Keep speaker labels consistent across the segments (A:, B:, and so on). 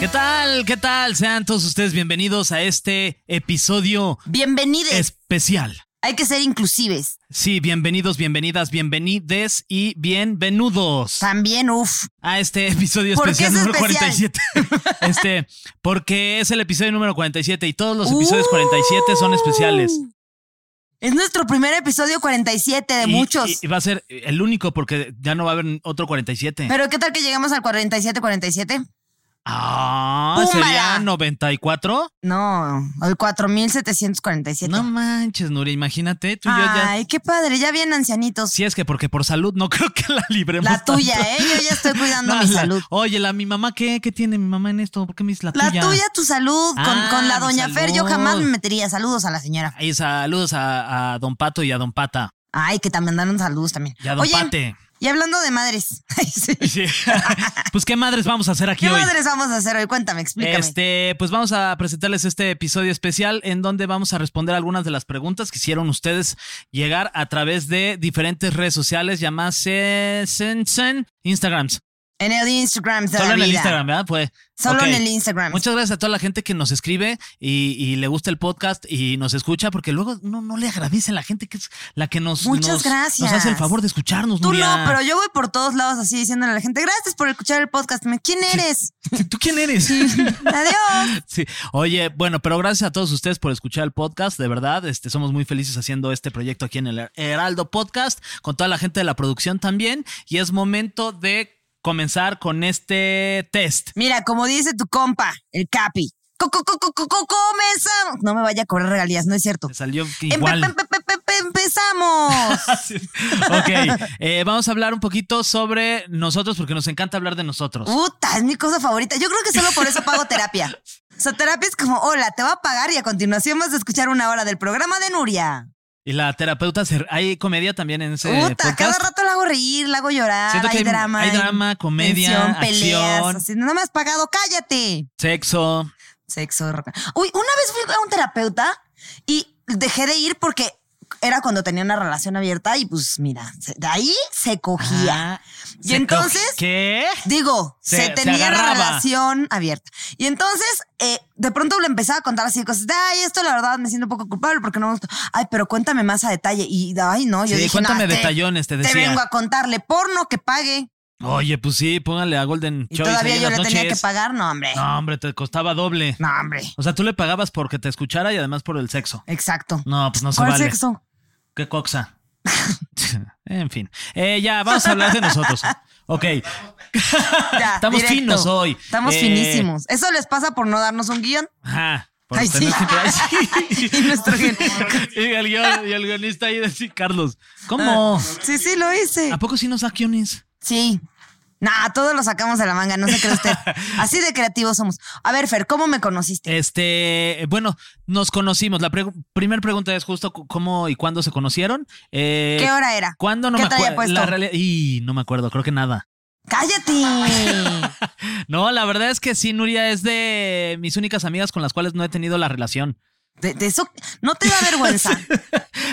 A: ¿Qué tal? ¿Qué tal? Sean todos ustedes bienvenidos a este episodio
B: Bienvenidos.
A: especial.
B: Hay que ser inclusives.
A: Sí, bienvenidos, bienvenidas, bienvenides y bienvenudos
B: También, uff.
A: a este episodio
B: ¿Por qué
A: especial
B: es
A: número
B: especial?
A: 47. Este, porque es el episodio número 47 y todos
B: Uh.
A: los episodios 47 son especiales.
B: Es nuestro primer episodio 47 de
A: Y-
B: muchos.
A: Y, y va a ser el único porque ya no va a haber otro 47.
B: Pero ¿qué tal que llegamos al 47-47?
A: ah, ¿sería
B: ¡Púmbala!
A: 94?
B: No, al 4747.
A: No manches, Nuria, imagínate, tú y yo ya
B: Ay, qué padre, ya bien ancianitos.
A: Si es que porque por salud no creo que la libremos.
B: la tuya,
A: pues, tanto.
B: ¿eh? Yo ya estoy cuidando
A: No,
B: mi
A: la-
B: salud.
A: Oye, la mi mamá, ¿qué? ¿Qué tiene mi mamá en esto? ¿Por qué me dice la,
B: La
A: tuya?
B: tuya, tu salud.
A: Ah,
B: con, con la
A: mi
B: doña Fer yo
A: salud.
B: jamás me metería. Saludos a la señora.
A: Ahí, saludos a, a Don Pato y a Don Pata.
B: Ay, que también mandaron saludos también.
A: Y a Don
B: Oye,
A: Pate.
B: y hablando de madres. Ay, sí.
A: Sí. pues, ¿qué madres vamos a hacer aquí
B: ¿Qué
A: hoy?
B: madres vamos a hacer hoy? Cuéntame, explícame.
A: Este, pues vamos a presentarles este episodio especial en donde vamos a responder algunas de las preguntas que hicieron ustedes llegar a través de diferentes redes sociales llamadas eh, sen- sen- Instagrams.
B: En el Instagram de
A: Solo
B: la
A: en el
B: vida.
A: Instagram, ¿verdad? Pues,
B: Solo
A: ok.
B: en el Instagram.
A: Muchas gracias a toda la gente que nos escribe y, y le gusta el podcast y nos escucha, porque luego uno no le agradece a la gente que es la que nos,
B: Muchas
A: nos,
B: gracias.
A: nos hace el favor de escucharnos,
B: Tú
A: Nuria.
B: no, pero yo voy por todos lados así diciéndole a la gente, gracias por escuchar el podcast. Me- ¿Quién eres?
A: ¿Tú quién eres?
B: Adiós.
A: Sí. Oye, bueno, pero gracias a todos ustedes por escuchar el podcast, de verdad. Este, somos muy felices haciendo este proyecto aquí en el Heraldo Podcast, con toda la gente de la producción también. Y es momento de comenzar con este test.
B: Mira, como dice tu compa, el Capi. Co- co- co- co- co- co- Comenzamos. No me vaya a cobrar regalías, no es cierto.
A: Te salió
B: Empe-
A: igual.
B: empe- empe- empe- Empezamos.
A: Sí. ok, eh, vamos a hablar un poquito sobre nosotros porque nos encanta hablar de nosotros.
B: Puta, es mi cosa favorita. Yo creo que solo por eso pago terapia. O sea, terapia es como, hola, te va a pagar y a continuación vas a escuchar una hora del programa de Nuria.
A: Y la terapeuta, se- hay comedia también en ese
B: Puta,
A: podcast.
B: cada rato la hago reír, la hago llorar.
A: Siento que
B: hay,
A: hay-
B: drama.
A: hay drama, comedia,
B: peleas.
A: acción.
B: así, no me has pagado, cállate.
A: Sexo.
B: Sexo. roca- Uy, una vez fui a un terapeuta y dejé de ir porque era cuando tenía una relación abierta y pues mira, se- de ahí se cogía.
A: Ah,
B: Y
A: se
B: entonces-
A: coge- ¿Qué?
B: Digo,
A: Se-
B: se,
A: se
B: tenía una
A: agarraba.
B: relación abierta. Y entonces, eh, de pronto le empezaba a contar así cosas. de, Ay, esto la verdad me siento un poco culpable porque no me gustó. Ay, pero cuéntame más a detalle. Y ay, no, yo
A: Sí,
B: dije,
A: cuéntame
B: "No, te-
A: detallones", te decía.
B: Te vengo a contarle porno que pague.
A: Oye, pues sí, póngale a Golden
B: Y
A: Choice
B: todavía
A: ahí en
B: yo le
A: las
B: tenía que
A: noches.
B: pagar, no, hombre. No,
A: No, hombre, te costaba doble.
B: hombre.
A: O sea, tú le pagabas porque te escuchara y además por el sexo.
B: Exacto.
A: No, pues no se
B: ¿Cuál
A: vale.
B: sexo?
A: Qué coxa. en fin. Eh, ya, vamos a hablar de nosotros. Ok.
B: Ya,
A: Estamos
B: directo.
A: finos hoy.
B: Estamos
A: Eh,
B: finísimos. Eso les pasa por no darnos un guión.
A: Ajá. Por
B: Ay,
A: tener
B: sí.
A: siempre- Ay, sí.
B: Y nuestro guión.
A: y, el guion- y el guionista ahí decía, Carlos, ¿cómo?
B: Sí, sí, lo hice.
A: ¿A poco sí nos da guiones?
B: Sí. Nah, todos lo sacamos de la manga, no se cree usted. Así de creativos somos. A ver, Fer, ¿cómo me conociste?
A: Este, bueno, nos conocimos. La primera pregunta es justo cu- cómo y cuándo se conocieron. Eh,
B: ¿Qué hora era?
A: ¿Cuándo no
B: ¿Qué
A: me
B: traía
A: acuerdo?
B: puesto?
A: Y no me acuerdo, creo que nada.
B: ¡Cállate!
A: No, la verdad es que sí, Nuria es de mis únicas amigas con las cuales no he tenido la relación.
B: De, de eso no te da vergüenza.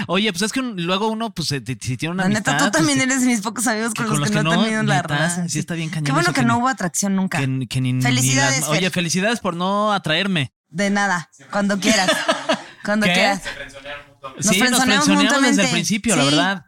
A: Oye, pues es que un- luego uno, pues, eh, te- si tiene una
B: La neta,
A: amistad,
B: tú
A: pues,
B: también
A: te-
B: eres de mis pocos amigos
A: que
B: con, los que, no he tenido la
A: neta,
B: relación.
A: sí está bien cañón
B: Qué bueno
A: eso
B: que,
A: que
B: no
A: ni-
B: hubo atracción nunca.
A: que- que ni- ni
B: Felicidades,
A: las-
B: Fer.
A: Oye, felicidades por no atraerme.
B: De nada, cuando quieras. Cuando
A: ¿Qué?
B: quieras. Nos
A: sí, nos frenzoneamos
B: frenzoneamos
A: desde el
B: mutuamente.
A: principio, la
B: Sí.
A: verdad.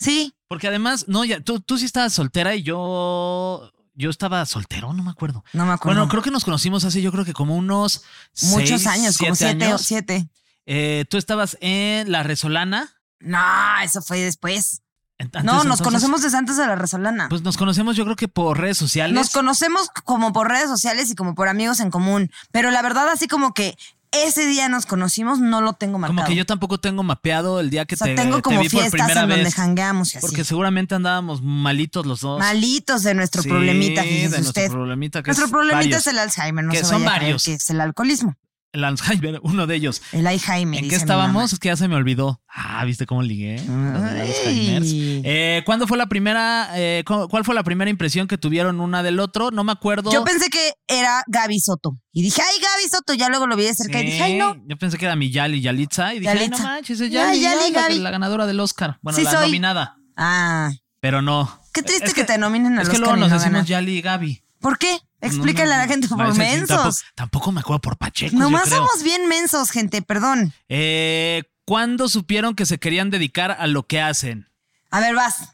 B: Sí,
A: Porque además, no, ya, tú, tú sí estabas soltera y yo. Yo estaba soltero, no me acuerdo.
B: No me acuerdo.
A: Bueno, creo que nos conocimos hace, yo creo que como unos.
B: muchos
A: seis,
B: años, como siete, o
A: años.
B: siete.
A: Eh, tú estabas en La Resolana
B: No, eso fue después.
A: Antes,
B: no, nos
A: entonces,
B: conocemos desde antes de la Resolana.
A: Pues nos conocemos, yo creo que por redes sociales.
B: Nos conocemos como por redes sociales y como por amigos en común. Pero la verdad, así como que ese día nos conocimos, no lo tengo marcado.
A: como que yo tampoco tengo mapeado el día que
B: o sea,
A: te,
B: tengo
A: te
B: como
A: vi por
B: fiestas
A: primera
B: en donde
A: vez.
B: jangueamos y así.
A: Porque seguramente andábamos malitos los dos.
B: Malitos de nuestro
A: Sí,
B: problemita,
A: de
B: fíjese
A: nuestro
B: usted.
A: problemita que
B: nuestro
A: es
B: problemita
A: varios.
B: es el Alzheimer, no
A: Que
B: se
A: son
B: vaya a creer
A: varios.
B: que es el alcoholismo.
A: El Alzheimer, uno de ellos.
B: El Alzheimer.
A: ¿En qué
B: dice mi
A: estábamos?
B: mamá. Ah,
A: Es que ya se me olvidó. Ah, ¿viste cómo ligué? Los del Alzheimer's. Eh, ¿Cuándo fue la primera, eh, cu- cuál fue la primera impresión que tuvieron una del otro? No me acuerdo.
B: Yo pensé que era Gaby Soto. Y dije, ay, Gaby Soto. Ya luego lo vi de cerca y dije, ay, no.
A: Sí, Yo pensé que era mi Yali Yalitza y dije, ay, no
B: Yalitza.
A: manches, es
B: Ya,
A: Yali,
B: Yali,
A: ay, la,
B: Gaby.
A: la ganadora del Oscar. Bueno,
B: Sí
A: la
B: soy.
A: nominada,
B: Ah,
A: pero no.
B: qué triste que, te nominen a
A: Es
B: los
A: que luego nos decimos Yali y Gaby.
B: ¿Por qué? Explícale a la gente por
A: No, sí, Tampoco,
B: mensos.
A: tampoco me acuerdo por Pacheco.
B: Nomás
A: yo creo.
B: somos bien mensos, gente, perdón.
A: Eh, ¿Cuándo supieron que se querían dedicar a lo que hacen?
B: A ver, vas.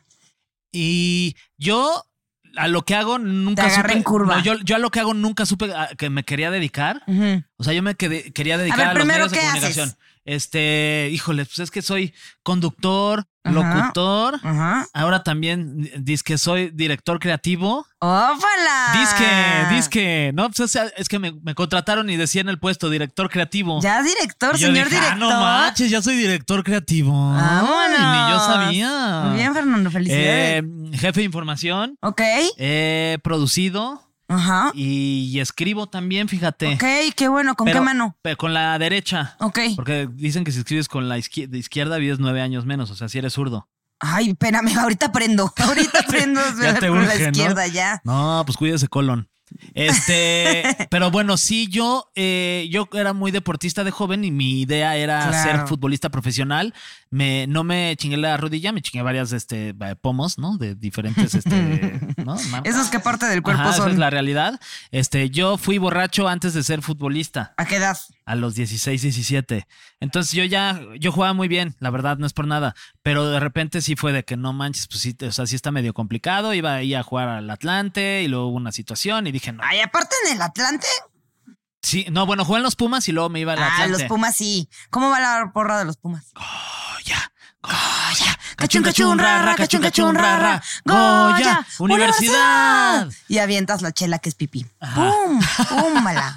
A: Y yo a lo que hago nunca
B: Te agarré
A: supe-
B: en curva.
A: no, yo, yo a lo que hago nunca supe a- que me quería dedicar.
B: Ujú.
A: O sea, yo me quedé- quería dedicar a,
B: ver,
A: los
B: primero,
A: medios de
B: ¿qué
A: comunicación.
B: haces?
A: Este, híjole, pues es que soy conductor,
B: Ajá. Mm.
A: locutor.
B: Ajá.
A: Ahora también dice que soy director creativo.
B: ¡Ópala! Ah.
A: Disque, disque. No, pues o sea, es que me, me contrataron y decía en el puesto director creativo.
B: Ya, director,
A: Y yo
B: señor
A: dije, "Ah,
B: director.
A: no manches, ya soy director creativo.
B: Vámonos.
A: Ay, Ni yo sabía.
B: Muy bien, Fernando,
A: Eh,
B: felicidades.
A: jefe de información.
B: ok.
A: He producido
B: Ajá.
A: y, y escribo también, fíjate.
B: Ok, qué bueno. ¿Con
A: Pero-
B: qué mano?
A: pe- Con la derecha.
B: Ok.
A: Porque dicen que si escribes con la izquier- de izquierda vives nueve años menos, o sea, si eres zurdo.
B: Ay, espérame, ahorita aprendo. Ahorita aprendo
A: Ya te
B: por la
A: urge, ¿no?
B: izquierda, ya.
A: No, pues cuídese colon. Este, pero bueno, sí, yo, eh, yo era muy deportista de joven y mi idea era
B: Claro.
A: ser futbolista profesional. Me, no me chingué la rodilla, me chingué varias este, eh, pomos, ¿no? De diferentes, este, ¿no? Mar-
B: Esos que parte del cuerpo
A: Ajá, esa
B: son.
A: es la realidad. Este, yo fui borracho antes de ser futbolista.
B: ¿A qué edad?
A: a los 16, 17. Entonces yo ya, yo jugaba muy bien, la verdad, no es por nada. Pero de repente sí fue de que no manches, pues sí, o sea, sí está medio complicado. Iba ahí a jugar al Atlante y luego hubo una situación y dije, no,
B: Ay, aparte en el Atlante.
A: sí, no, bueno, jugué en los Pumas y luego me iba al
B: Ah,
A: Atlante.
B: los Pumas sí. ¿Cómo va la porra de los Pumas?
A: Goya,
B: Goya.
A: Cachun, cachun, ra, ra, cachun, cachun, ra, ra. Goya, universidad.
B: Y avientas la chela que es pipí.
A: Ajá.
B: ¡Pum! ¡Pum! mala.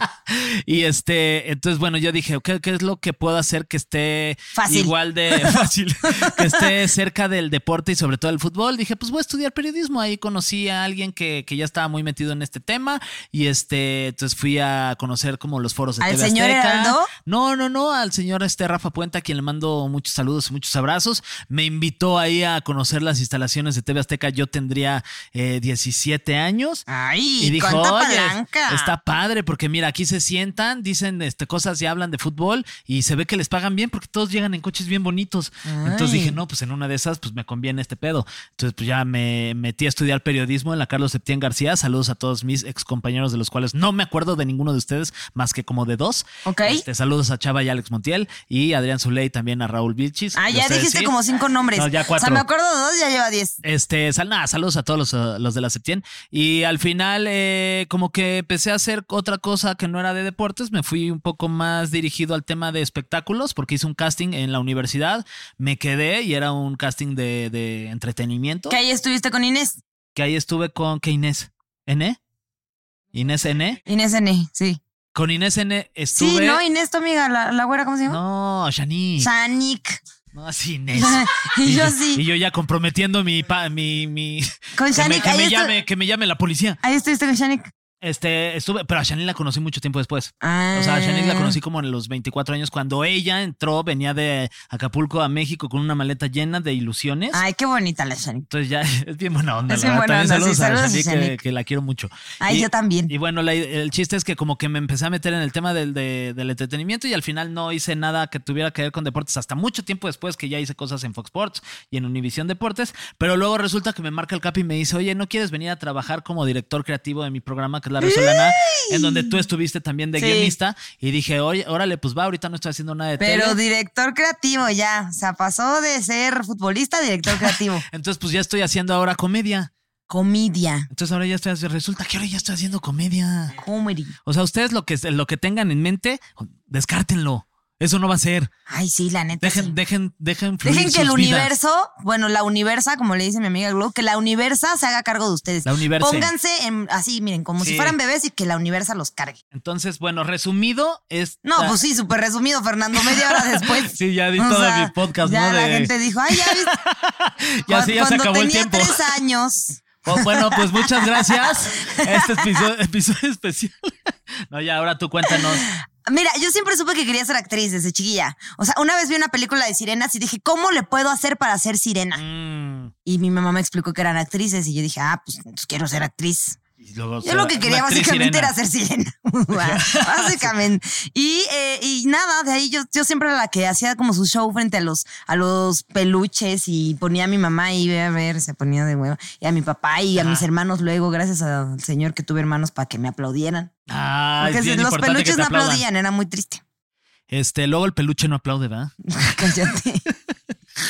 A: Y este, entonces, bueno, yo dije, ¿qué, qué es lo que puedo hacer que esté
B: Fácil.
A: igual de fácil? que esté cerca del deporte y sobre todo el fútbol. Dije, pues voy a estudiar periodismo. Ahí conocí a alguien que, que ya estaba muy metido en este tema. Y este, entonces fui a conocer como los foros de
B: ¿Al
A: TV
B: señor
A: Azteca.
B: Heraldo?
A: No, no, no, al señor este Rafa Puente, a quien le mando muchos saludos y muchos abrazos. Me invitó ahí a conocer las instalaciones de TV Azteca. Yo tendría eh, 17 años.
B: Ay,
A: Y dijo,
B: cuánta
A: "Oye,
B: palanca.
A: está padre, porque mira, aquí se sientan, dicen este, cosas y hablan de fútbol y se ve que les pagan bien porque todos llegan en coches bien bonitos. Entonces
B: Ay.
A: dije, no, pues en una de esas, pues me conviene este pedo. Entonces, pues ya me metí a estudiar periodismo en la Carlos Septién García. Saludos a todos mis ex compañeros de los cuales no me acuerdo de ninguno de ustedes más que como de dos.
B: Ok.
A: Este, saludos a Chava y Alex Montiel y a Adrián Zuley también a Raúl Vilchis.
B: Ah,
A: Yo
B: ya
A: sé
B: dijiste
A: decir.
B: como cinco nombres.
A: No, ya cuatro.
B: O sea, me acuerdo de dos, ya lleva diez.
A: Este, sal, nada, saludos a todos los, eh, los de la Septien. Y al final, eh, como que empecé a hacer otra cosa que no era de deportes, me fui un poco más dirigido al tema de espectáculos, porque hice un casting en la universidad, me quedé y era un casting de, de entretenimiento.
B: Que ahí estuviste con Inés.
A: Que ahí estuve con ¿qué, Inés. ¿N? ¿Inés N?
B: Inés N, sí.
A: Con Inés N estuve.
B: Sí, ¿no? Inés, tu amiga, la, la güera, ¿cómo se llama?
A: No, Shani.
B: Shanique.
A: No, es Inés.
B: y yo
A: Y
B: sí.
A: yo ya comprometiendo mi. Pa, mi, mi que
B: Con
A: me,
B: Shanique.
A: que
B: Ahí,
A: me
B: estu-
A: llame, que me llame la policía.
B: ahí estuviste con Shanique.
A: Este, estuve, pero a Shanice la conocí mucho tiempo después.
B: Ah.
A: O sea, a Shanice la conocí como en los 24 años, cuando ella entró, venía de Acapulco a México con una maleta llena de ilusiones.
B: Ay, qué bonita la Shanique.
A: Entonces ya es bien buena onda.
B: Es
A: la
B: bien
A: verdad.
B: buena
A: También
B: onda, sí,
A: saludos,
B: saludos a
A: a Shanice, que,
B: Shanice.
A: que la quiero mucho.
B: Ay,
A: Y-
B: yo también.
A: Y bueno, la- el chiste es que como que me empecé a meter en el tema del, de- del entretenimiento y al final no hice nada que tuviera que ver con deportes hasta mucho tiempo después que ya hice cosas en Fox Sports y en Univisión Deportes, pero luego resulta que me marca el capi y me dice, oye, ¿no quieres venir a trabajar como director creativo de mi programa que es La Resolana, en donde tú estuviste también de
B: Sí.
A: guionista? Y dije, oye, órale, pues va, ahorita no estoy haciendo nada de
B: Pero
A: tele".
B: director creativo ya. O sea, pasó de ser futbolista a director creativo.
A: Entonces pues ya estoy haciendo ahora comedia.
B: Comedia.
A: Entonces ahora ya estoy, haciendo- resulta que ahora ya estoy haciendo comedia.
B: Comedy.
A: O sea, ustedes lo que, lo que tengan en mente, descártenlo. Eso no va a ser.
B: Ay, sí, la neta.
A: Dejen,
B: sí.
A: dejen, dejen fluir
B: Dejen que el
A: sus vidas.
B: universo, bueno, la universa, como le dice mi amiga Glow, que la universa se haga cargo de ustedes.
A: La universe.
B: Pónganse en- así, miren, como
A: Sí.
B: si fueran bebés y que la universa los cargue.
A: Entonces, bueno, resumido es.
B: No, pues sí, súper resumido, Fernando, media hora después.
A: Sí, ya di
B: O
A: todo
B: sea,
A: mi podcast,
B: ya
A: ¿no?
B: la
A: De-
B: gente dijo, ay, ya viste.
A: Ya sí, ya se
B: Cuando
A: acabó el
B: tenía
A: tiempo.
B: tres años.
A: Oh, bueno, pues muchas gracias. Este episodio, episodio especial. No, ya, ahora tú cuéntanos.
B: Mira, yo siempre supe que quería ser actriz desde chiquilla. O sea, una vez vi una película de sirenas y dije, ¿cómo le puedo hacer para ser sirena?
A: Mm,
B: Y mi mamá me explicó que eran actrices y yo dije, ah, pues, entonces quiero ser actriz.
A: y luego
B: Yo
A: ser
B: lo que quería
A: una actriz sirena.
B: básicamente era ser sirena. básicamente. Y, eh, y nada, de ahí yo, yo siempre era la que hacía como su show frente a los, a los peluches y ponía a mi mamá y iba a ver, se ponía de huevo. Y a mi papá y a mis hermanos luego, gracias al señor que tuve hermanos para que me aplaudieran.
A: Ah, es
B: Porque
A: bien
B: los
A: importante que
B: peluches
A: te
B: no
A: aplaudan.
B: aplaudían, era muy triste.
A: Este, luego el peluche no aplaude, ¿verdad?
B: Cállate.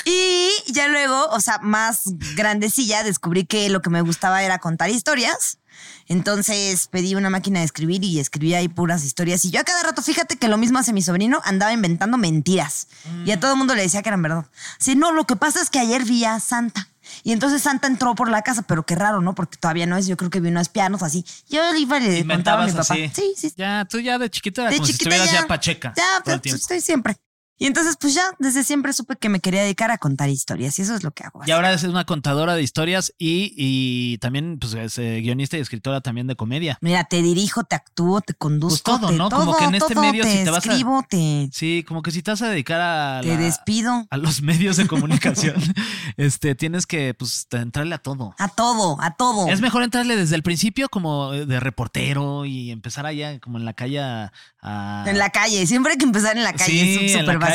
B: Y ya luego, o sea, más grandecilla, descubrí que lo que me gustaba era contar historias. Entonces pedí una máquina de escribir y escribí ahí puras historias. Y yo a cada rato, fíjate que lo mismo hace mi sobrino, andaba inventando mentiras.
A: Mm.
B: Y a todo el mundo le decía que eran verdad. Sí, no, lo que pasa es que ayer vi a Santa. Y entonces Santa entró por la casa, pero qué raro, ¿no? Porque todavía no es, yo creo que vino a espiarnos así. Yo le iba y le contaba a mi
A: Inventabas
B: papá.
A: así.
B: Sí, sí,
A: Ya, tú ya de chiquita era
B: de
A: como si
B: chiquita
A: estuvieras
B: ya,
A: ya, pacheca.
B: Ya,
A: todo el
B: pues,
A: tiempo.
B: estoy siempre. Y entonces, pues ya, desde siempre supe que me quería dedicar a contar historias y eso es lo que hago.
A: Y ahora es una contadora de historias y, y también pues es eh, guionista y escritora también de comedia.
B: Mira, te dirijo, te actúo, te conduzco.
A: Pues todo,
B: te-
A: ¿no? Como
B: todo,
A: que en este
B: todo,
A: medio
B: te
A: si te vas a-
B: escribo, te,
A: Sí, como que si te vas a dedicar a,
B: te
A: la-
B: despido.
A: a los medios de comunicación, este, tienes que pues entrarle a todo.
B: A todo, a todo.
A: Es mejor entrarle desde el principio como eh, de reportero y empezar allá como en la calle a... a-
B: En la calle, siempre hay que empezar en la calle.
A: Sí,
B: es
A: en la
B: súper básico.
A: calle.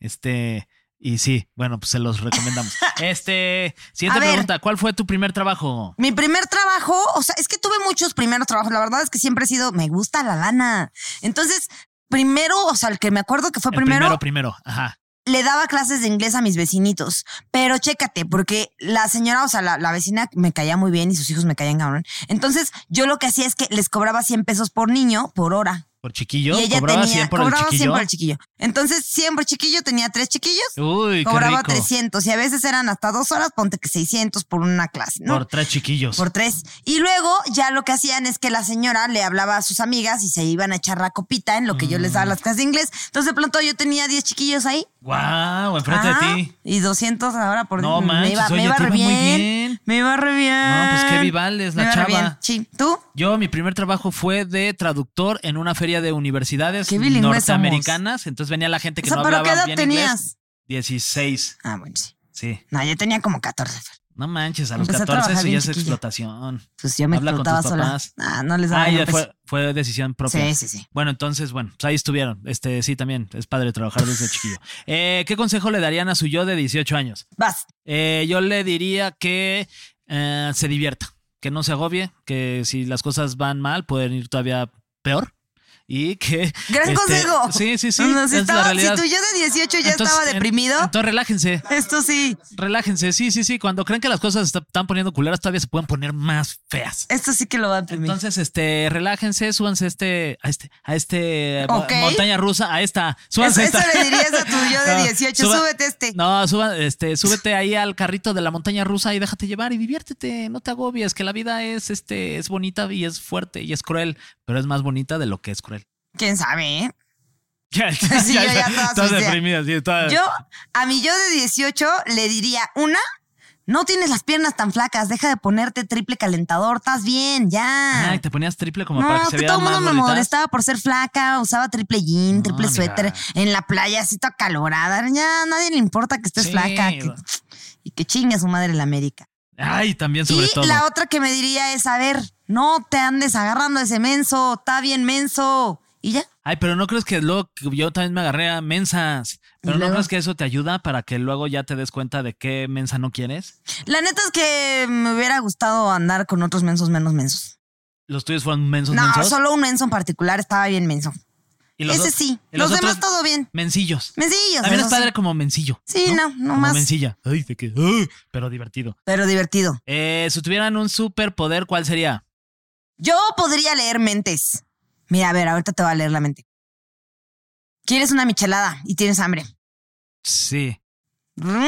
A: Este, y sí, bueno, pues se los recomendamos. este, siguiente
B: A ver.
A: pregunta, ¿cuál fue tu primer trabajo?
B: Mi primer trabajo, o sea, es que tuve muchos primeros trabajos. La verdad es que siempre he sido, me gusta la lana. Entonces, primero, o sea, el que me acuerdo que fue
A: El
B: primero,
A: primero, primero, ajá.
B: le daba clases de inglés a mis vecinitos. Pero chécate, porque la señora, o sea, la, la vecina me caía muy bien y sus hijos me caían cabrón. Entonces, yo lo que hacía es que les cobraba 100 pesos por niño, por hora.
A: Por chiquillo,
B: y ella
A: cobraba
B: tenía,
A: 100 por el
B: cobraba
A: chiquillo.
B: 100 por el chiquillo. Entonces, 100 por chiquillo, tenía tres chiquillos.
A: Uy,
B: cobraba
A: qué rico.
B: 300 y a veces eran hasta dos horas, ponte que 600 por una clase, ¿no?
A: Por tres chiquillos.
B: Por tres. Y luego ya lo que hacían es que la señora le hablaba a sus amigas y se iban a echar la copita en lo que yo les
A: Mm.
B: daba las clases de inglés. Entonces, de pronto yo tenía 10 chiquillos ahí.
A: Wow, enfrente
B: Ajá,
A: de ti.
B: Ah, Y 200 ahora por
A: No manches, oye, te iba muy bien.
B: Me iba re bien.
A: No, pues qué vivales, la
B: Me iba re
A: chava.
B: bien. Sí, tú.
A: Yo, mi primer trabajo fue de traductor en una feria de universidades
B: Qué bilingües
A: norteamericanas. Entonces venía la gente que
B: O sea,
A: no
B: ¿pero
A: hablaba
B: qué edad
A: bien
B: tenías?
A: inglés. 16,
B: Ah, bueno, sí.
A: sí.
B: No, yo tenía como 14. Fer.
A: No manches, a los
B: Empecé
A: 14
B: a trabajar
A: eso ya
B: bien
A: es
B: chiquilla.
A: explotación.
B: Pues yo me
A: Habla con
B: explotaba
A: tus
B: sola.
A: papás.
B: Ah, no les daba
A: Ah,
B: ni un
A: ya
B: peso.
A: fue, fue decisión propia.
B: Sí, sí, sí.
A: Bueno, entonces, bueno, pues ahí estuvieron. Este, sí, también es padre trabajar desde chiquillo. Eh, ¿Qué consejo le darían a su yo de 18 años?
B: Vas.
A: Eh, yo le diría que eh, se divierta, que no se agobie, que si las cosas van mal pueden ir todavía peor y que...
B: Gran
A: este,
B: consejo.
A: Sí, sí, sí.
B: No, si,
A: es
B: estaba-
A: la realidad.
B: si tú yo de 18 ya
A: Entonces,
B: estaba
A: en-
B: deprimido,
A: Entonces relájense,
B: esto sí,
A: relájense, sí, sí, sí. Cuando crean que las cosas se están poniendo culeras todavía se pueden poner más feas.
B: esto sí que lo va a deprimir.
A: Entonces, este, relájense, súbanse a este, a este, a este mo-
B: Ok.
A: montaña rusa, a esta,
B: eso,
A: súbanse a
B: eso
A: esta.
B: le dirías a tu yo de
A: No,
B: 18.
A: suba-
B: Súbete este.
A: No, suba- este, súbete ahí al carrito de la montaña rusa y déjate llevar y diviértete, no te agobies, que la vida es, este, es bonita y es fuerte y es cruel, pero es más bonita de lo que es cruel.
B: ¿Quién sabe, eh?
A: Ya,
B: Sí, yo ya toda
A: toda
B: sucia.
A: deprimida, sí, toda-
B: Yo, a mi yo de 18, le diría una. No tienes las piernas tan flacas, deja de ponerte triple calentador, estás bien, ya.
A: Ay, te ponías triple como para
B: no,
A: que se
B: que
A: viera
B: todo el
A: más
B: mundo me
A: bonitas.
B: molestaba por ser flaca, usaba triple jean,
A: No,
B: triple
A: mira.
B: suéter, en la playa, así toda calorada. Ya, a nadie le importa que estés
A: Sí.
B: flaca que- y que chingue a su madre la América.
A: Ay, también sobre
B: Y
A: todo.
B: la otra que me diría es, a ver, no te andes agarrando a ese menso, está bien menso. Y ya.
A: Ay, pero no crees que luego que yo también me agarré a mensas. Pero no
B: luego?
A: crees que eso te ayuda para que luego ya te des cuenta de qué mensa no quieres.
B: La neta es que me hubiera gustado andar con otros mensos menos mensos.
A: Los tuyos fueron mensos,
B: No,
A: mensos.
B: solo un menso en particular estaba bien menso.
A: y los
B: Ese
A: dos-
B: sí.
A: y
B: Los, demás
A: otros
B: todo bien.
A: Mensillos.
B: Mencillos.
A: También es
B: eso sí.
A: padre como mencillo.
B: Sí, no, no
A: Como
B: más.
A: mencilla. Ay, de que, ay, pero divertido.
B: Pero divertido.
A: Eh, si tuvieran un superpoder, ¿cuál sería?
B: Yo podría leer mentes. Mira, a ver, ahorita te voy a leer la mente. Quieres una michelada y tienes hambre.
A: Sí,
B: ¿Mm?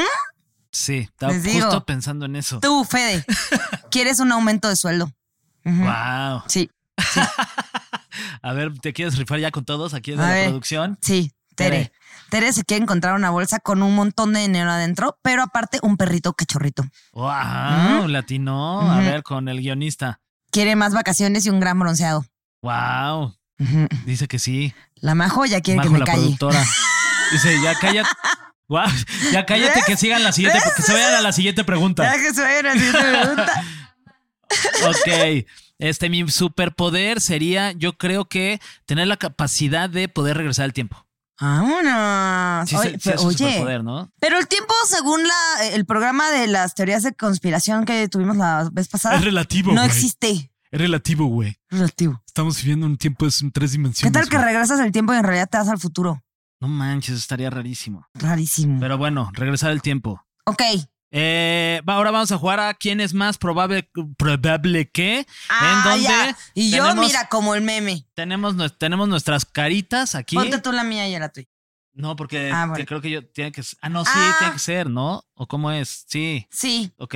A: sí. Estaba
B: Les
A: justo
B: digo.
A: pensando en eso.
B: Tú, Fede, quieres un aumento de sueldo. Ujú.
A: Wow.
B: Sí,
A: A ver, ¿te quieres rifar ya con todos aquí en
B: A
A: la
B: ver.
A: producción?
B: sí, Tere.
A: Tere.
B: Tere se quiere encontrar una bolsa con un montón de dinero adentro, pero aparte un perrito cachorrito.
A: Wow,
B: Ujú.
A: latino. A
B: Ujú.
A: ver, con el guionista.
B: Quiere más vacaciones y un gran bronceado.
A: Wow.
B: Ujú.
A: Dice que sí.
B: La Majo ya quiere
A: Majo,
B: que me
A: la
B: calle.
A: productora. Dice, ya cállate. Guau, ya cállate que sigan la siguiente, que se vayan a la siguiente pregunta.
B: Ya que se vaya a la siguiente pregunta.
A: Ok. Este, mi superpoder sería, yo creo que tener la capacidad de poder regresar al tiempo.
B: Vámonos.
A: Sí,
B: Oye,
A: se- sí
B: pero-
A: es un
B: oye,
A: superpoder, ¿no?
B: pero el tiempo, según la, el programa de las teorías de conspiración que tuvimos la vez pasada,
C: Es relativo,
B: Ah, no
C: güey.
B: existe.
C: Es relativo, güey.
B: Relativo.
C: Estamos viviendo un tiempo es en tres
B: ¿Qué
C: dimensiones.
B: tal que
C: güey.
B: regresas el tiempo y en realidad te vas al futuro?
A: No manches, estaría rarísimo.
B: Rarísimo.
A: Pero bueno, regresar al tiempo.
B: ok.
A: Eh, va, ahora vamos a jugar a quién es más probable, probable que.
B: Ah,
A: en donde
B: ya. Y yo,
A: tenemos-
B: mira, como el meme.
A: Tenemos, nues- tenemos nuestras caritas aquí.
B: Ponte tú la mía y yo la tuya.
A: No, porque
B: Ah,
A: te-
B: bueno.
A: creo que yo tiene que ser. Ah, no, sí,
B: Ah.
A: tiene que ser, ¿no? ¿O cómo es? Sí.
B: Sí.
A: Ok.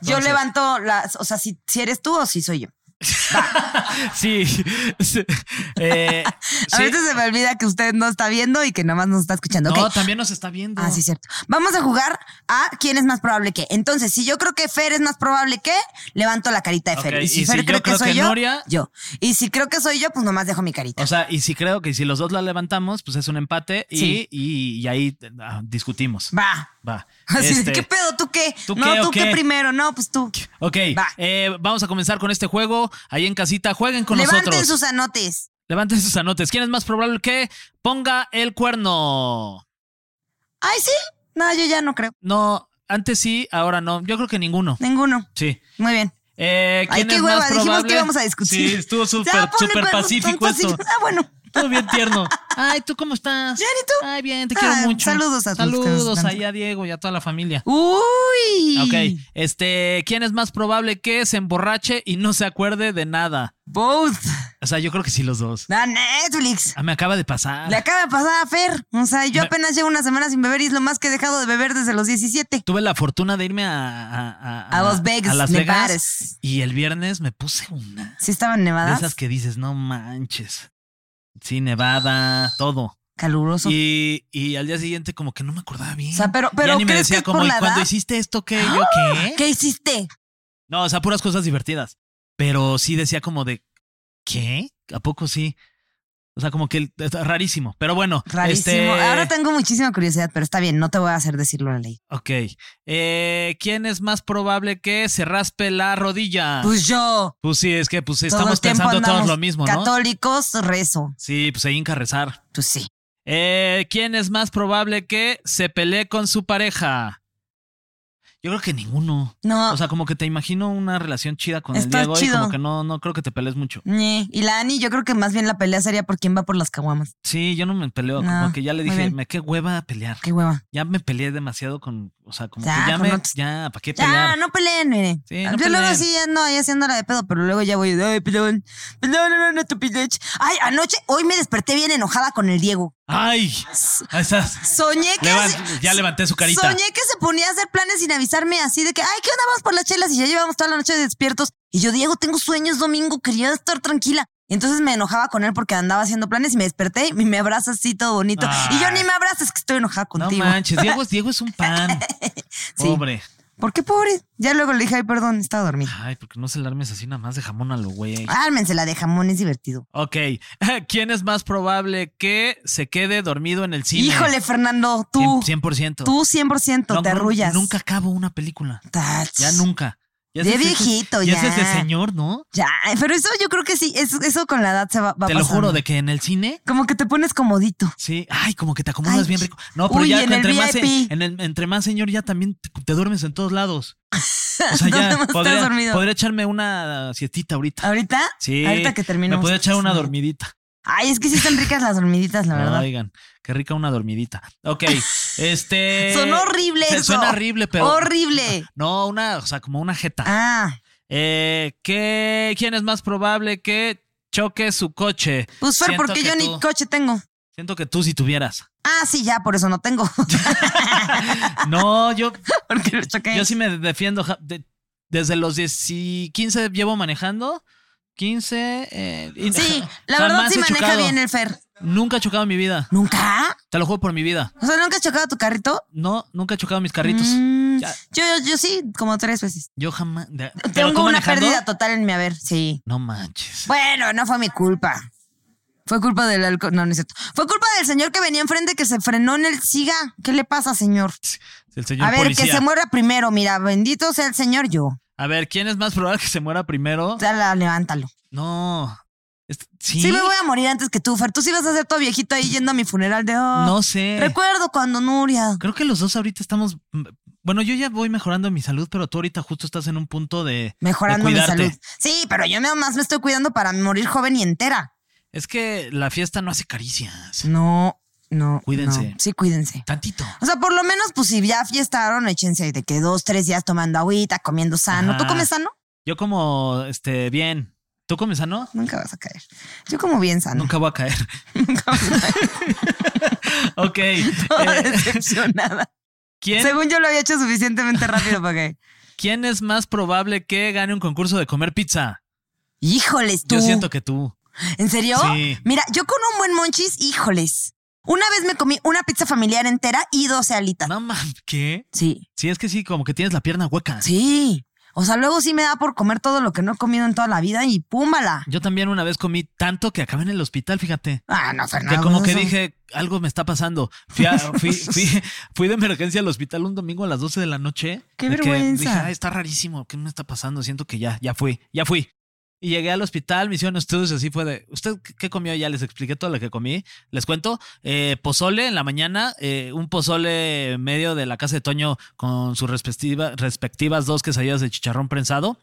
B: Yo
A: Entonces-
B: levanto las. O sea, si, si eres tú o si soy yo.
A: Sí. Sí. Eh,
B: A
A: sí.
B: veces se me olvida que usted no está viendo y que nomás nos está escuchando.
A: No,
B: Ok.
A: también nos está viendo.
B: Ah, sí, cierto. Vamos a jugar a quién es más probable que. Entonces, si yo creo que Fer es más probable que, levanto la carita de
A: Ok,
B: Fer. Y si
A: y si
B: Fer
A: yo
B: cree que
A: creo
B: soy
A: que
B: yo,
A: Nuria-
B: yo. Y si creo que soy yo, pues nomás dejo mi carita.
A: O sea, y si creo que si los dos la levantamos, pues es un empate y,
B: Sí.
A: y, y ahí ah, discutimos.
B: Va.
A: Va.
B: Así de,
A: Este,
B: ¿qué pedo? ¿Tú qué?
A: ¿Tú
B: no,
A: qué o
B: tú qué?
A: qué?
B: primero, no, pues tú.
A: Ok,
B: Va.
A: eh, vamos a comenzar con este juego. Ahí en casita, jueguen con
B: Levanten
A: nosotros.
B: sus anotes.
A: Levanten sus anotes. ¿Quién es más probable que ponga el cuerno?
B: Ay, sí. No, yo ya no creo.
A: No, antes sí, ahora no. Yo creo que ninguno.
B: Ninguno.
A: Sí.
B: Muy bien.
A: Eh,
B: Ay,
A: ¿quién
B: qué
A: es
B: hueva,
A: más
B: dijimos que
A: probable?
B: íbamos a discutir.
A: Sí, estuvo
B: Ya,
A: súper
B: ponle
A: súper
B: cuernos tan
A: pacífico esto.
B: pacíficos. Ah, bueno.
A: Todo bien tierno. Ay, ¿tú cómo estás?
B: Bien, ¿y tú?
A: Ay, bien, te
B: Ah,
A: quiero mucho.
B: saludos a tus-
A: Saludos ahí a Diego y a toda la familia.
B: Uy.
A: Ok, este, ¿quién es más probable que se emborrache y no se acuerde de nada?
B: Both.
A: O sea, yo creo que sí los dos.
B: La Netflix.
A: Ah, me acaba de pasar.
B: Le acaba de pasar a Fer. O sea, yo
A: Me-
B: apenas llevo una semana sin beber y es lo más que he dejado de beber desde los 17.
A: Tuve la fortuna de irme a, a,
B: A Las Vegas,
A: a Las Vegas,
B: Nevadas.
A: y el viernes me puse una.
B: Sí estaban
A: De
B: nevadas.
A: esas que dices, no manches. Sí, Nevada, todo.
B: Caluroso.
A: Y, y al día siguiente como que no me acordaba bien.
B: O sea, pero- pero
A: ya ni me
B: ¿crees
A: decía
B: que es
A: como,
B: por
A: "¿Y
B: la
A: cuando
B: edad?" Ah.
A: hiciste esto qué? Yo qué?
B: ¿Qué hiciste?
A: No, o sea, puras cosas divertidas. Pero sí decía como de, ¿qué? ¿A poco sí? O sea, como que el- está rarísimo. Pero bueno,
B: Rarísimo.
A: este...
B: Ahora tengo muchísima curiosidad, pero está bien, no te voy a hacer decirlo a la ley.
A: Ok. Eh, ¿Quién es más probable que se raspe la rodilla? Pues,
B: Pues yo.
A: sí, es que pues
B: todo
A: estamos
B: el tiempo
A: pensando todos
B: andamos
A: lo mismo, ¿no?
B: Católicos, rezo.
A: Sí, pues se hinca a rezar.
B: Pues sí.
A: Eh, ¿Quién es más probable que se pelee con su pareja? Yo creo que ninguno.
B: No.
A: O sea, como que te imagino una relación chida con
B: Está
A: el Diego y
B: chido.
A: como que no, no creo que te pelees mucho.
B: ñe. Y la Ani, yo creo que más bien la pelea sería por quién va por las caguamas.
A: Sí, yo no me peleo,
B: No,
A: como que ya le
B: muy
A: dije,
B: bien.
A: me qué hueva pelear.
B: Qué hueva.
A: Ya me peleé demasiado con, o sea, como
B: Ya,
A: que ya
B: pues
A: me,
B: no te-
A: ya, ¿para qué
B: Ya,
A: pelear?
B: no peleen, mire.
A: Sí, no
B: yo luego
A: peleen.
B: sí ando ahí haciéndola de pedo, pero luego ya voy, ay, perdón, perdón, no, no, no, tu pinche. Ay, anoche, hoy me desperté bien enojada con el Diego.
A: Ay, ahí estás.
B: Soñé que.
A: Levan-
B: se-
A: ya levanté su carita.
B: Soñé que se ponía a hacer planes sin avisarme, así de que, ay, ¿qué onda? Vamos por las chelas y ya llevamos toda la noche despiertos. Y yo, Diego, tengo sueños domingo, quería estar tranquila. Y entonces me enojaba con él porque andaba haciendo planes y me desperté y me abraza así todo bonito. Y yo
A: Ay.
B: ni me abrazas, que estoy enojada
A: No
B: contigo.
A: manches, Diego, es- Diego es un pan.
B: Sí.
A: Pobre.
B: ¿Por qué pobre? Ya luego le dije, ay, perdón, estaba dormida.
A: Ay, porque no se alarmes así nada más de jamón a lo güey.
B: Ármense la de jamón, es divertido.
A: Ok. ¿Quién es más probable que se quede dormido en el cine?
B: Híjole, Fernando, tú,
A: 100%.
B: tú 100%
A: No,
B: te
A: no,
B: arrullas.
A: Nunca acabo una película.
B: Tach.
A: Ya nunca. Ya
B: De
A: es ese-
B: viejito,
A: Ya es
B: ya.
A: ese señor, ¿no?
B: Ya, pero eso yo creo que sí, eso, eso con la edad se va, va
A: Te lo
B: pasando.
A: juro, de que en el cine
B: Como que te pones comodito.
A: Sí, ay, como que te acomodas
B: Ay,
A: bien rico. No, pero
B: uy,
A: ya
B: en el
A: entre más,
B: VIP.
A: en el- entre más señor ya también te, te duermes en todos lados. O sea,
B: ¿Dónde
A: ya
B: más
A: podría,
B: estás dormido?
A: podría echarme una siestita ahorita.
B: ¿Ahorita?
A: Sí.
B: Ahorita que termino.
A: Me podría echar una dormidita. Ah,
B: Ay, es que sí están ricas las dormiditas, la verdad.
A: Oigan, qué rica una dormidita. Ok, este.
B: Son horribles.
A: se-
B: eso.
A: Suena horrible, pero.
B: Horrible.
A: No, una, o sea, como una jeta.
B: Ah,
A: Eh, ¿qué, ¿Quién es más probable que choque su coche?
B: pues Fer,
A: Siento
B: porque
A: que
B: yo
A: tú-
B: ni coche tengo.
A: Siento que tú si tuvieras.
B: Ah, sí, ya, por eso no tengo.
A: No, yo
B: porque lo choqué.
A: Yo sí me defiendo. ja- de- desde los 10 y 15 llevo manejando. 15. eh, y-
B: Sí, la
A: jamás
B: verdad sí
A: he
B: maneja
A: chocado.
B: bien el Fer.
A: Nunca he chocado en mi vida.
B: ¿Nunca?
A: Te lo juro por mi vida.
B: O sea, ¿nunca has chocado tu carrito?
A: No, nunca he chocado mis carritos.
B: Mm,
A: Ya.
B: yo, yo sí, como tres veces.
A: Yo jamás. de- ¿pero tú
B: Tengo una
A: manejando?
B: pérdida total en mi haber, sí.
A: No manches.
B: Bueno, no fue mi culpa. Fue culpa del alcohol. No, no es cierto. Fue culpa del señor que venía enfrente que se frenó en el siga. ¿Qué le pasa, señor?
A: El señor
B: A ver,
A: policía.
B: que se muera primero. Mira, bendito sea el señor yo.
A: A ver, ¿quién es más probable que se muera primero?
B: Ya la- levántalo.
A: No. Es- Sí.
B: ¿Sí? me voy a morir antes que tú, Fer. Tú sí vas a ser todo viejito ahí yendo a mi funeral de. oh,
A: No sé.
B: Recuerdo cuando Nuria.
A: Creo que los dos ahorita estamos. mm, Bueno, yo ya voy mejorando mi salud, pero tú ahorita justo estás en un punto de.
B: Mejorando
A: de
B: mi
A: cuidarte.
B: salud. Sí, pero yo nada más me estoy cuidando para morir joven y entera.
A: Es que la fiesta no hace caricias.
B: No, no.
A: Cuídense.
B: no. Sí, cuídense.
A: Tantito.
B: O sea, por lo menos, pues si ya fiestaron, échense de que dos, tres días tomando agüita, comiendo sano. ¿Tú
A: Ajá.
B: comes sano?
A: Yo como, este, bien. ¿Tú comes sano?
B: Nunca vas a caer. Yo como bien sano.
A: Nunca voy a caer. ok. eh,
B: Toda decepcionada.
A: ¿quién,
B: Según yo lo había hecho suficientemente rápido para que.
A: quién es más probable que gane un concurso de comer pizza?
B: Híjoles, tú.
A: Yo siento que tú.
B: ¿En serio?
A: Sí.
B: Mira, yo con un buen monchis, híjoles. Una vez me comí una pizza familiar entera y 12 alitas.
A: No mames, ¿qué?
B: Sí.
A: Sí, es que sí, como que tienes la pierna hueca.
B: Sí. O sea, luego sí me da por comer todo lo que no he comido en toda la vida y púmbala.
A: Yo también una vez comí tanto que acabé en el hospital, fíjate.
B: Ah, no, Fernando.
A: Que como que
B: eso-
A: dije, algo me está pasando. Fui, a- fui, fui- fui de emergencia al hospital un domingo a las 12 de la noche.
B: ¡Qué
A: de que
B: vergüenza!
A: Dije, "Ay, está rarísimo, ¿qué me está pasando? Siento que ya, ya fui, ya fui. Y llegué al hospital, me hicieron estudios y así fue de, ¿usted qué comió? Ya les expliqué todo lo que comí. Les cuento, eh, pozole en la mañana, eh, un pozole medio de la casa de Toño con sus respectiva- respectivas dos quesadillas de chicharrón prensado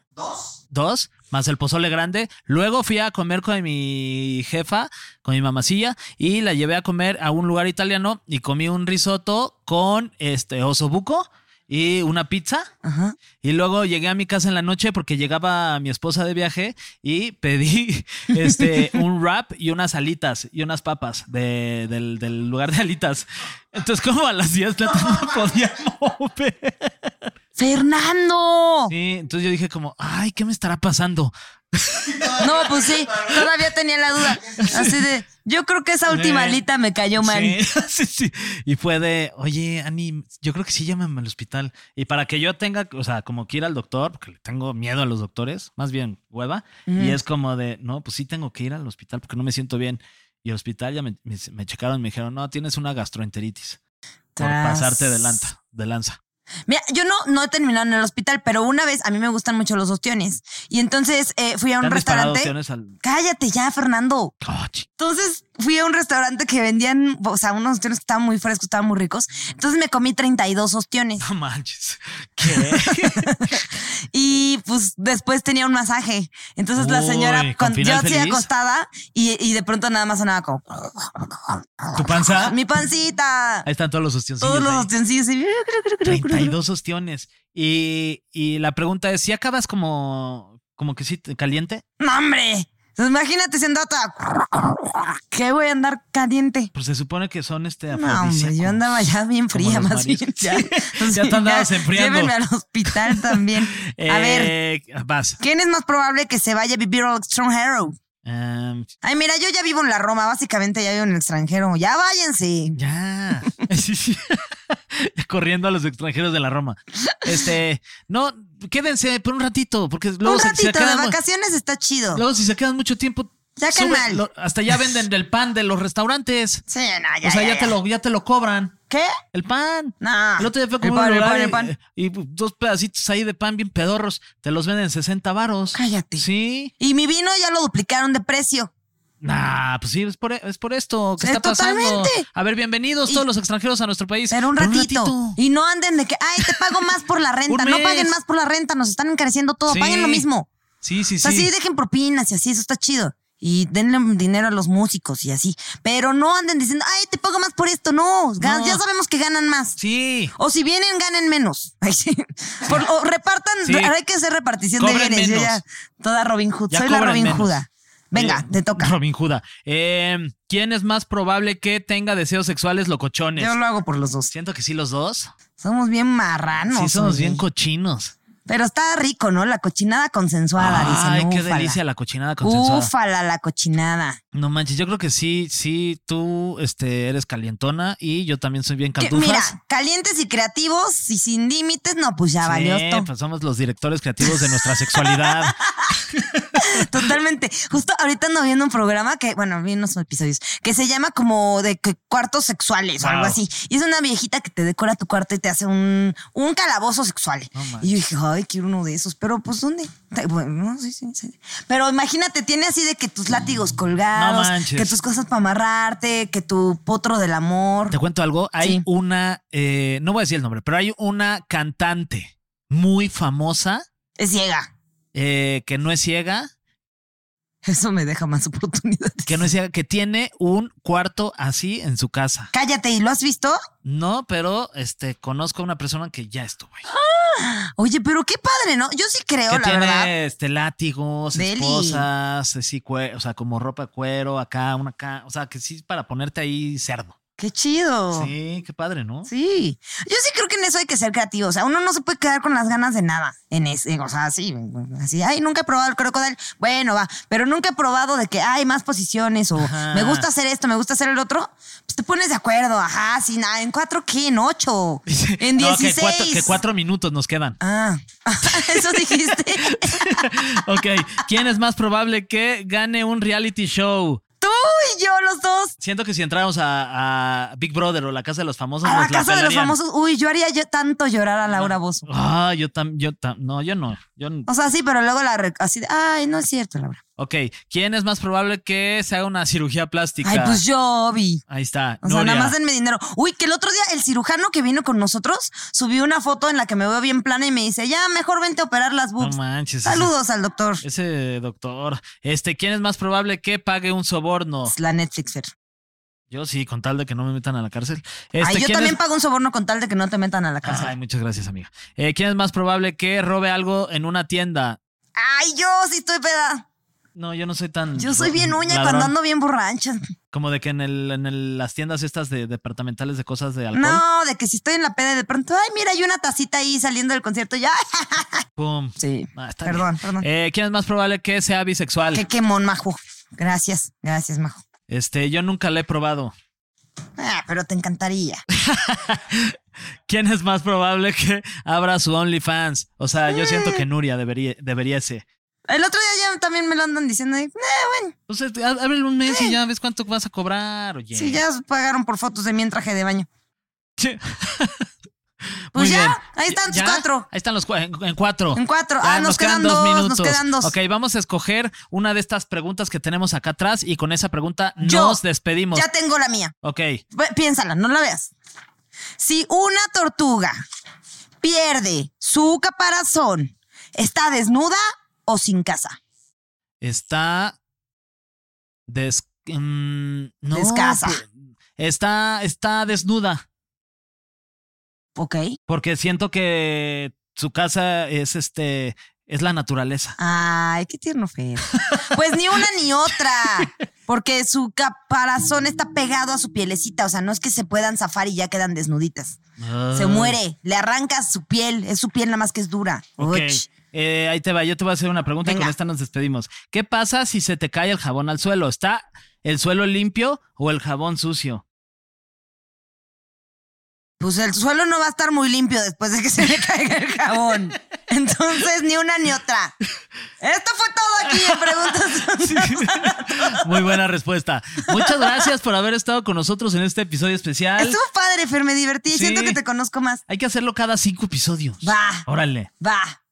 A: dos, más el pozole grande. Luego fui a comer con mi jefa, con mi mamacilla, y la llevé a comer a un lugar italiano y comí un risotto con este osobuco y una pizza.
B: Ajá.
A: Y luego llegué a mi casa en la noche porque llegaba mi esposa de viaje y pedí este, un wrap y unas alitas y unas papas de- del, del lugar de alitas. Entonces, como a las 10 la no podía mover.
B: ¡Fernando!
A: Sí, entonces yo dije como, ay, ¿qué me estará pasando?
B: No, pues sí, todavía tenía la duda. Así de, yo creo que esa última
A: Sí.
B: alita me cayó mal.
A: Sí, sí, sí. Y fue de, oye, Ani, yo creo que sí llámame al hospital. Y para que yo tenga, o sea, como que ir al doctor, porque le tengo miedo a los doctores, más bien hueva. Y es como de, no, pues sí tengo que ir al hospital porque no me siento bien. Y al hospital ya me, me- me checaron y me dijeron, no, tienes una gastroenteritis por
B: Tras.
A: pasarte de, lanta, de lanza.
B: Mira, yo no, no he terminado en el hospital, pero una vez a mí me gustan mucho los ostiones. Y entonces eh, fui a
A: ¿Te
B: un
A: han disparado
B: restaurante.
A: opciones al...
B: Cállate ya, Fernando.
A: Oh, chi-
B: Entonces fui a un restaurante que vendían, o sea, unos ostiones que estaban muy frescos, estaban muy ricos. Entonces me comí 32 ostiones.
A: no manches. ¿Qué?
B: Y pues después tenía un masaje. Entonces la
A: Uy,
B: señora,
A: ¿con
B: cuando yo
A: final
B: así
A: feliz?
B: acostada y, y de pronto nada más sonaba como
A: ¿Tu panza?
B: mi pancita.
A: Ahí están todos los ostioncillos.
B: Todos los
A: ahí.
B: ostioncillos. y-
A: 32 ostiones. Y, y la pregunta es, ¿si acabas como, como que sí te- caliente?
B: ¡No, hombre! Imagínate si andaba que voy a andar caliente.
A: Pues se supone que son este
B: No, hombre, yo
A: afrodisíacos.
B: andaba ya bien
A: Como
B: fría,
A: los
B: más bien.
A: mariscos.
B: Ya, Entonces,
A: ya te andabas
B: ya,
A: enfriando.
B: Llévenme al hospital también. A ver,
A: Eh, Vas.
B: ¿quién es más probable que se vaya a vivir al extranjero?
A: Em,
B: Ay, mira, yo ya vivo en la Roma, básicamente ya vivo en el extranjero. Ya váyanse.
A: Ya. Sí, sí. Corriendo a los extranjeros de la Roma. Este, no, quédense por un ratito, porque luego
B: Un
A: se- se
B: ratito de
A: quedan-
B: vacaciones está chido.
A: Luego si se quedan mucho tiempo.
B: Ya
A: sube-
B: canal.
A: lo- hasta ya venden el pan de los restaurantes.
B: Sí, no, ya,
A: o sea, ya, te lo, ya te lo cobran.
B: ¿Qué?
A: El pan.
B: No.
A: El otro día fue
B: El
A: como
B: pan,
A: un
B: el
A: lugar
B: pan, el
A: y-
B: pan.
A: y dos pedacitos ahí de pan bien pedorros. Te los venden en 60 varos.
B: Cállate.
A: Sí.
B: Y mi vino ya lo duplicaron de precio.
A: Nah, pues sí, es por, es por esto que
B: Sí,
A: está pasando.
B: Eh, totalmente.
A: A ver, bienvenidos
B: Y-
A: todos los extranjeros a nuestro país.
B: Pero un
A: Por
B: ratito. Y no anden de que, ay, te pago más por la renta.
A: Un
B: No
A: mes.
B: paguen más por la renta, nos están encareciendo todo.
A: Sí.
B: Paguen lo mismo.
A: Sí, sí,
B: O
A: sí.
B: sea, sí, dejen propinas y así, eso está chido. Y denle dinero a los músicos y así. Pero no anden diciendo, ay, te pago más por esto. No, gan-
A: No.
B: ya sabemos que ganan más.
A: Sí.
B: O si vienen, ganen menos. Ay, sí. Por- o repartan,
A: Sí.
B: hay que hacer repartición
A: Cobren
B: de bienes. Yo
A: menos.
B: ya, toda Robin Hood.
A: Ya
B: Soy la
A: cobran
B: Robin
A: menos.
B: Hooda. Venga,
A: Oye,
B: te toca.
A: Robin Juda. Eh, ¿Quién es más probable que tenga deseos sexuales locochones?
B: Yo lo hago por los dos.
A: Siento que sí, los dos.
B: Somos bien marranos.
A: sí, somos
B: oye.
A: bien cochinos.
B: Pero está rico, ¿no? La cochinada consensuada, dicen.
A: Ay, qué
B: Úfala.
A: delicia la cochinada consensuada.
B: Úfala la cochinada.
A: No manches, yo creo que sí, sí, tú este, eres calientona y yo también soy bien
B: Que,
A: cantufas.
B: mira, calientes y creativos y sin límites, no, pues ya
A: Sí,
B: valió esto.
A: pues somos los directores creativos de nuestra sexualidad.
B: Totalmente. Justo ahorita ando viendo un programa que, bueno, vi unos episodios, que se llama como de que cuartos sexuales o algo
A: Wow.
B: así. Y es una viejita que te decora tu cuarto y te hace un, un calabozo sexual. y yo dije, ay, quiero uno de esos. Pero, pues, ¿dónde? Te- Bueno, no sé, sí, sí. Pero imagínate, tiene así de que tus látigos colgados,
A: manches.
B: que tus cosas para amarrarte, que tu potro del amor.
A: Te cuento algo. Hay
B: Sí.
A: una, eh, no voy a decir el nombre, pero hay una cantante muy famosa
B: Es ciega.
A: eh, que no es ciega,
B: Eso me deja más oportunidades.
A: que no es ciega, que tiene un cuarto así en su casa.
B: Cállate, ¿y lo has visto?
A: No, pero este conozco a una persona que ya estuvo ahí.
B: Oye, pero qué padre, ¿no? Yo sí creo,
A: que
B: la
A: tiene
B: verdad.
A: este látigos,
B: Deli.
A: esposas, así, cue- o sea, como ropa de cuero, acá, una acá, o sea, que sí para ponerte ahí cerdo.
B: Qué chido.
A: Sí, qué padre, ¿no?
B: Oh. Sí. Yo sí creo que en eso hay que ser creativo. O sea, uno no se puede quedar con las ganas de nada. En ese, o sea, sí, así, ay, nunca he probado el crocodile. Bueno, va, pero nunca he probado de que hay más posiciones o
A: Ajá.
B: me gusta hacer esto, me gusta hacer el otro. Pues te pones de acuerdo, ajá, sí, nada, en cuatro, ¿qué? En ocho, en
A: No, que
B: dieciséis.
A: cuatro, que cuatro minutos nos quedan.
B: Ah, eso dijiste.
A: Ok, ¿quién es más probable que gane un reality show?
B: Tú y yo, los dos.
A: Siento que si entráramos a, a Big Brother o la Casa de los Famosos,
B: A la
A: nos la
B: Ah, casa de los
A: pelarían.
B: famosos. Uy, yo haría yo tanto llorar a Laura Bozo.
A: Ah, yo tam, yo tam, no, yo no. Yo, n-
B: O sea, sí, pero luego la re- así de, ay, no es cierto, Laura.
A: ok, ¿quién es más probable que se haga una cirugía plástica?
B: Ay, pues yo vi.
A: Ahí está.
B: O sea,
A: Nuria.
B: nada más denme dinero. Uy, que el otro día el cirujano que vino con nosotros subió una foto en la que me veo bien plana y me dice, ya, mejor vente a operar las
A: No
B: boobs.
A: manches. ese-
B: Saludos al doctor. Es
A: Ese doctor. Este, ¿quién es más probable que pague un soborno?
B: la Netflixer.
A: Yo sí, con tal de que no me metan a la cárcel. Este,
B: Ay, yo
A: ¿quién
B: también
A: es-
B: pago un soborno con tal de que no te metan a la cárcel.
A: Ay, muchas gracias, amiga. Eh, ¿Quién es más probable que robe algo en una tienda?
B: Ay, yo sí estoy peda.
A: No, yo no soy tan.
B: Yo soy bien uña
A: ladrón.
B: cuando ando bien borracha.
A: Como de que en, el, en el- las tiendas estas de departamentales de cosas de alcohol.
B: No, de que si estoy en la peda y de pronto, ay, mira, hay una tacita ahí saliendo del concierto. Ya,
A: Pum.
B: sí.
A: Ah, está
B: perdón,
A: bien.
B: perdón.
A: Eh, ¿Quién es más probable que sea bisexual?
B: Qué quemón, Majo. Gracias, gracias, Majo.
A: Este, yo nunca le he probado.
B: Ah, pero te encantaría.
A: ¿Quién es más probable que abra su OnlyFans? O sea, yo siento que Nuria debería, debería ser.
B: El otro día ya también me lo andan diciendo. y, eh, bueno,
A: O sea, te- á- ábrele un mes y ya ves cuánto vas a cobrar, oye.
B: si ya pagaron por fotos de mi en traje de baño.
A: Che.
B: Pues
A: Muy
B: ya,
A: bien.
B: ahí están tus
A: ¿Ya?
B: cuatro.
A: Ahí están los cua- en, en cuatro.
B: En cuatro.
A: Ya
B: Ah, nos quedan dos, nos quedan dos.
A: Ok, vamos a escoger una de estas preguntas que tenemos acá atrás y con esa pregunta
B: Yo.
A: nos despedimos.
B: Ya tengo la mía.
A: Ok.
B: Ve- Piénsala, no la veas. Si una tortuga pierde su caparazón, ¿está desnuda o sin casa?
A: Está. Des. mm, no,
B: Descasa.
A: pe- Está, está desnuda.
B: Ok.
A: Porque siento que su casa es este. Es la naturaleza.
B: Ay, qué tierno Fer. Pues ni una ni otra. Porque su caparazón está pegado a su pielecita. O sea, no es que se puedan zafar y ya quedan desnuditas.
A: Ah.
B: Se muere. Le arrancas su piel. Es su piel nada más que es dura.
A: Ok.
B: Uch.
A: Eh, ahí te va, yo te voy a hacer una pregunta y con
B: Venga.
A: esta nos despedimos. ¿Qué pasa si se te cae el jabón al suelo? ¿Está el suelo limpio o el jabón sucio?
B: Pues el suelo no va a estar muy limpio después de que se le caiga el jabón. Entonces, ni una ni otra. Esto fue todo aquí en Preguntas.
A: Muy buena respuesta. Muchas gracias por haber estado con nosotros en este episodio especial.
B: Estuvo padre, Fer, me divertí.
A: Sí.
B: Siento que te conozco más.
A: Hay que hacerlo cada cinco episodios.
B: Va.
A: Órale.
B: Va.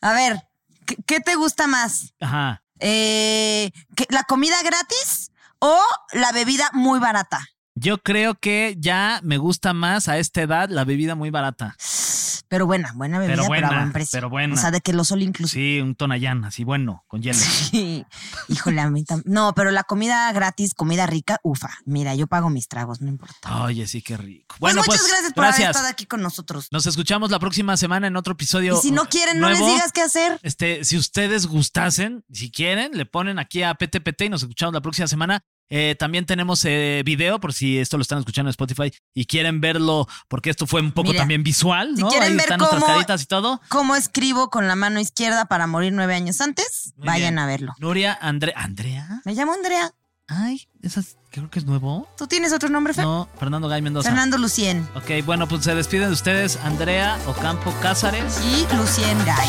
B: A ver, ¿qué, qué te gusta más?
A: Ajá.
B: Eh, ¿qué- ¿La comida gratis o la bebida muy barata?
A: Yo creo que ya me gusta más a esta edad la bebida muy barata.
B: Pero buena, buena bebida, pero,
A: buena,
B: a buen precio.
A: pero buena.
B: O sea, de que lo solo inclusive.
A: Sí, un tonallán así bueno, con hielo.
B: Híjole, a mí tam- No, pero la comida gratis, comida rica, ufa. Mira, yo pago mis tragos, no importa.
A: Oye, sí, qué rico.
B: Pues
A: Bueno,
B: muchas
A: pues,
B: gracias por
A: gracias.
B: haber estado aquí con nosotros.
A: Nos escuchamos la próxima semana en otro episodio.
B: Y si no quieren, no
A: nuevo.
B: les digas qué hacer.
A: Este, si ustedes gustasen, si quieren, le ponen aquí a PTPT y nos escuchamos la próxima semana. Eh, también tenemos eh, video por si esto lo están escuchando en Spotify y quieren verlo, porque esto fue un poco
B: Mira,
A: también visual,
B: si
A: ¿no?
B: quieren
A: Ahí
B: ver
A: están nuestras
B: cómo-
A: caritas y todo.
B: ¿Cómo escribo con la mano izquierda para morir nueve años antes?
A: Muy
B: Vayan
A: bien.
B: a verlo.
A: Nuria, Andre, Andrea.
B: Me llamo Andrea.
A: Ay, esas creo que es nuevo.
B: ¿Tú tienes otro nombre, Fer?
A: No, Fernando Gay Mendoza.
B: Fernando Lucien.
A: Ok, bueno, pues se despiden de ustedes, Andrea Ocampo Cázares.
B: y Lucien Gay.